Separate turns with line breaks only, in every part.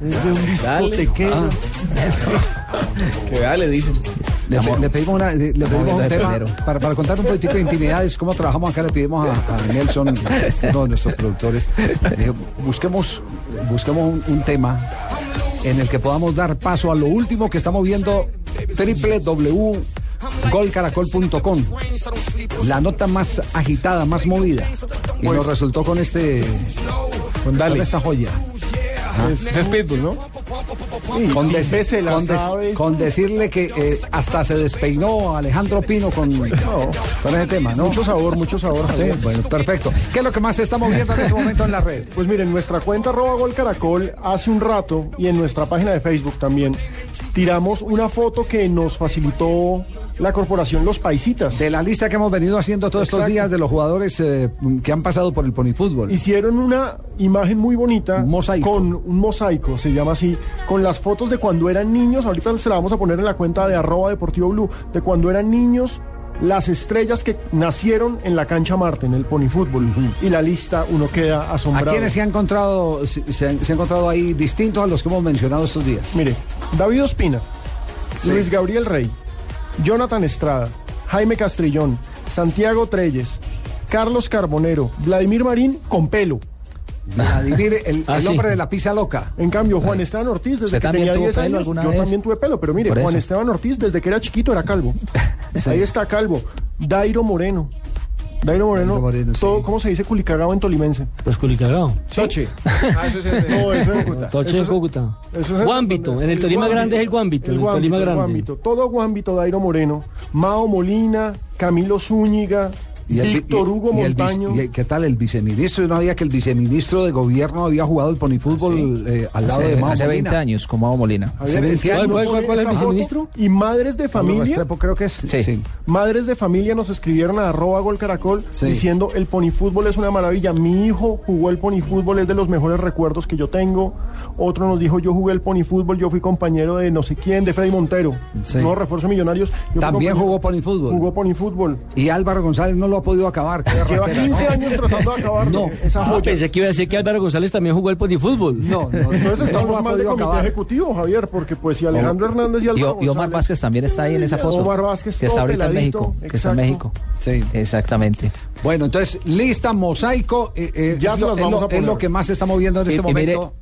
Es de un
Ah,
Ah.
discotequero.
Que dale, dicen.
Le, pe- le pedimos, una- le pedimos
moviendo
un
de
tema
primero.
para, para contar un poquitico de intimidades, cómo trabajamos acá, le pedimos a, a Nelson, uno de nuestros productores, le dijo, busquemos, busquemos un, un tema en el que podamos dar paso a lo último que estamos viendo, www.golcaracol.com, la nota más agitada, más movida, y nos resultó con este,
Con
con
Pues- dale.
esta joya,
Es, es Pitbull, ¿no?
con,
Y
dec-
usted se la
con dec-
sabe.
con decirle que eh, hasta se despeinó Alejandro Pino con, con ese tema, ¿no?
Mucho sabor, mucho
Ah,
sabor.
Sí,
Javier.
bueno, perfecto. ¿Qué es lo que más se está moviendo en este momento en la red?
Pues miren, nuestra cuenta arroba gol caracol hace un rato y en nuestra página de Facebook también tiramos una foto que nos facilitó la corporación Los Paisitas.
De la lista que hemos venido haciendo todos estos
Exacto.
días de los jugadores eh, que han pasado por el ponifútbol.
Hicieron una imagen muy bonita
Un mosaico.
con un mosaico, se llama así, con las fotos de cuando eran niños, ahorita se la vamos a poner en la cuenta de arroba deportivo blue, de cuando eran niños, las estrellas que nacieron en la cancha Marte, en el ponifútbol. Y la lista uno queda
¿A
asombrado.
quiénes se han encontrado, se, se han, se han encontrado ahí distintos a los que hemos mencionado estos días?
Mire, David Ospina, Luis Gabriel Rey, Jonathan Estrada, Jaime Castrillón, Santiago Treyes, Carlos Carbonero, Vladimir Marín con pelo.
Vladimir, el,
Ah,
el
sí.
hombre de la pizza loca.
En cambio, Juan Esteban Ortiz, desde
¿Usted
que
también
tenía
tuvo
10
pelo
años,
alguna
yo
vez?
también tuve pelo, pero mire,
Por
Juan
eso.
Esteban Ortiz, desde que era chiquito, era calvo.
Sí.
Ahí está calvo. Dairo Moreno. Dairo Moreno,
Dairo Moreno,
todo,
sí.
¿cómo se dice culicagado en tolimense?
Pues Culicagao.
Toche. No, Ah, eso es en Cúcuta.
Toche
Eso
de
es-
Cúcuta.
Eso es en
Guámbito.
Santander.
En el Tolima Grande es el Guámbito. En el Tolima
el
Grande.
Guámbito. Todo Guámbito, Dairo Moreno, Mao Molina, Camilo Zúñiga,
vi-
Víctor Hugo
y el vice-
Montaño.
y el- ¿Qué tal el viceministro? No había que el viceministro de gobierno había jugado el ponifútbol eh, al lado de
Ah, Hace,
Mao
hace 20
Molina.
años, como Mao Molina.
Javier,
se ve Ah,
es que
que-
nos
¿Cuál- cuál-
pone
cuál es el
esta foto
viceministro?
Y madres de
Pablo
familia,
Restrepo, Pues, creo que es.
Sí.
madres de familia nos escribieron a arroba gol caracol
Sí.
diciendo el ponifútbol es una maravilla. Mi hijo jugó el ponifútbol, es de los mejores recuerdos que yo tengo. Otro nos dijo yo jugué el ponifútbol, yo fui compañero de no sé quién, de Freddy Montero.
Sí.
No, refuerzo millonarios. Yo fui
También
compañero-
jugó ponifútbol.
Jugó ponifútbol.
Y Álvaro González no lo ha podido acabar. qué
Lleva
ratera,
15
¿no?
años tratando de acabar
No.
Eh, esa
Ah,
joya.
pensé que iba a decir que Álvaro González también jugó al potifútbol.
No, no,
Entonces
no
estamos
lo ha
mal de
podido
comité
acabar.
ejecutivo, Javier, porque pues si Alejandro Hernández y
Y,
Álvaro
y Omar
González-
Vázquez también está ahí en esa foto.
Omar Vázquez,
que está
todo
ahorita en
peladito,
México. Que está en
exacto.
México.
Sí.
Exactamente.
Bueno, entonces, lista, mosaico. eh, eh,
Ya
es,
se
lo,
las
es
vamos
lo-
a poner.
es lo que más se está moviendo en
Y-
este
y mire-
momento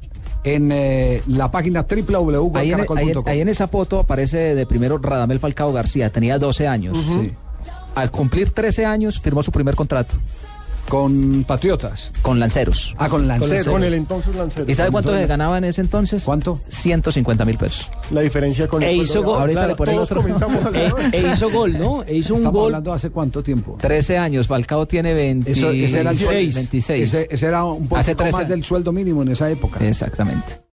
en eh, la página
Ahí en, ahí en-
www.caracol.com.
ahí en esa foto aparece de primero Radamel Falcao García, tenía 12 años.
Sí.
Al cumplir 13 años firmó su primer contrato
Con Patriotas.
con Lanceros.
Ah, con Lanceros.
con el entonces Lancero.
¿Y sabe cuánto se
Entonces-
ganaba en ese entonces?
¿Cuánto? Oh,
150 mil pesos.
La diferencia con
E
el
hizo gol.
Ahorita le ponen
Todos
otro.
comenzamos al
E,
revés.
e hizo gol, ¿no? E hizo un
Estamos
gol.
hablando hace cuánto tiempo.
13 años, Falcao tiene 26.
Eso- ese era el-
26.
Ese, ese era un poco
Hace 13
más del sueldo mínimo en esa época.
Exactamente.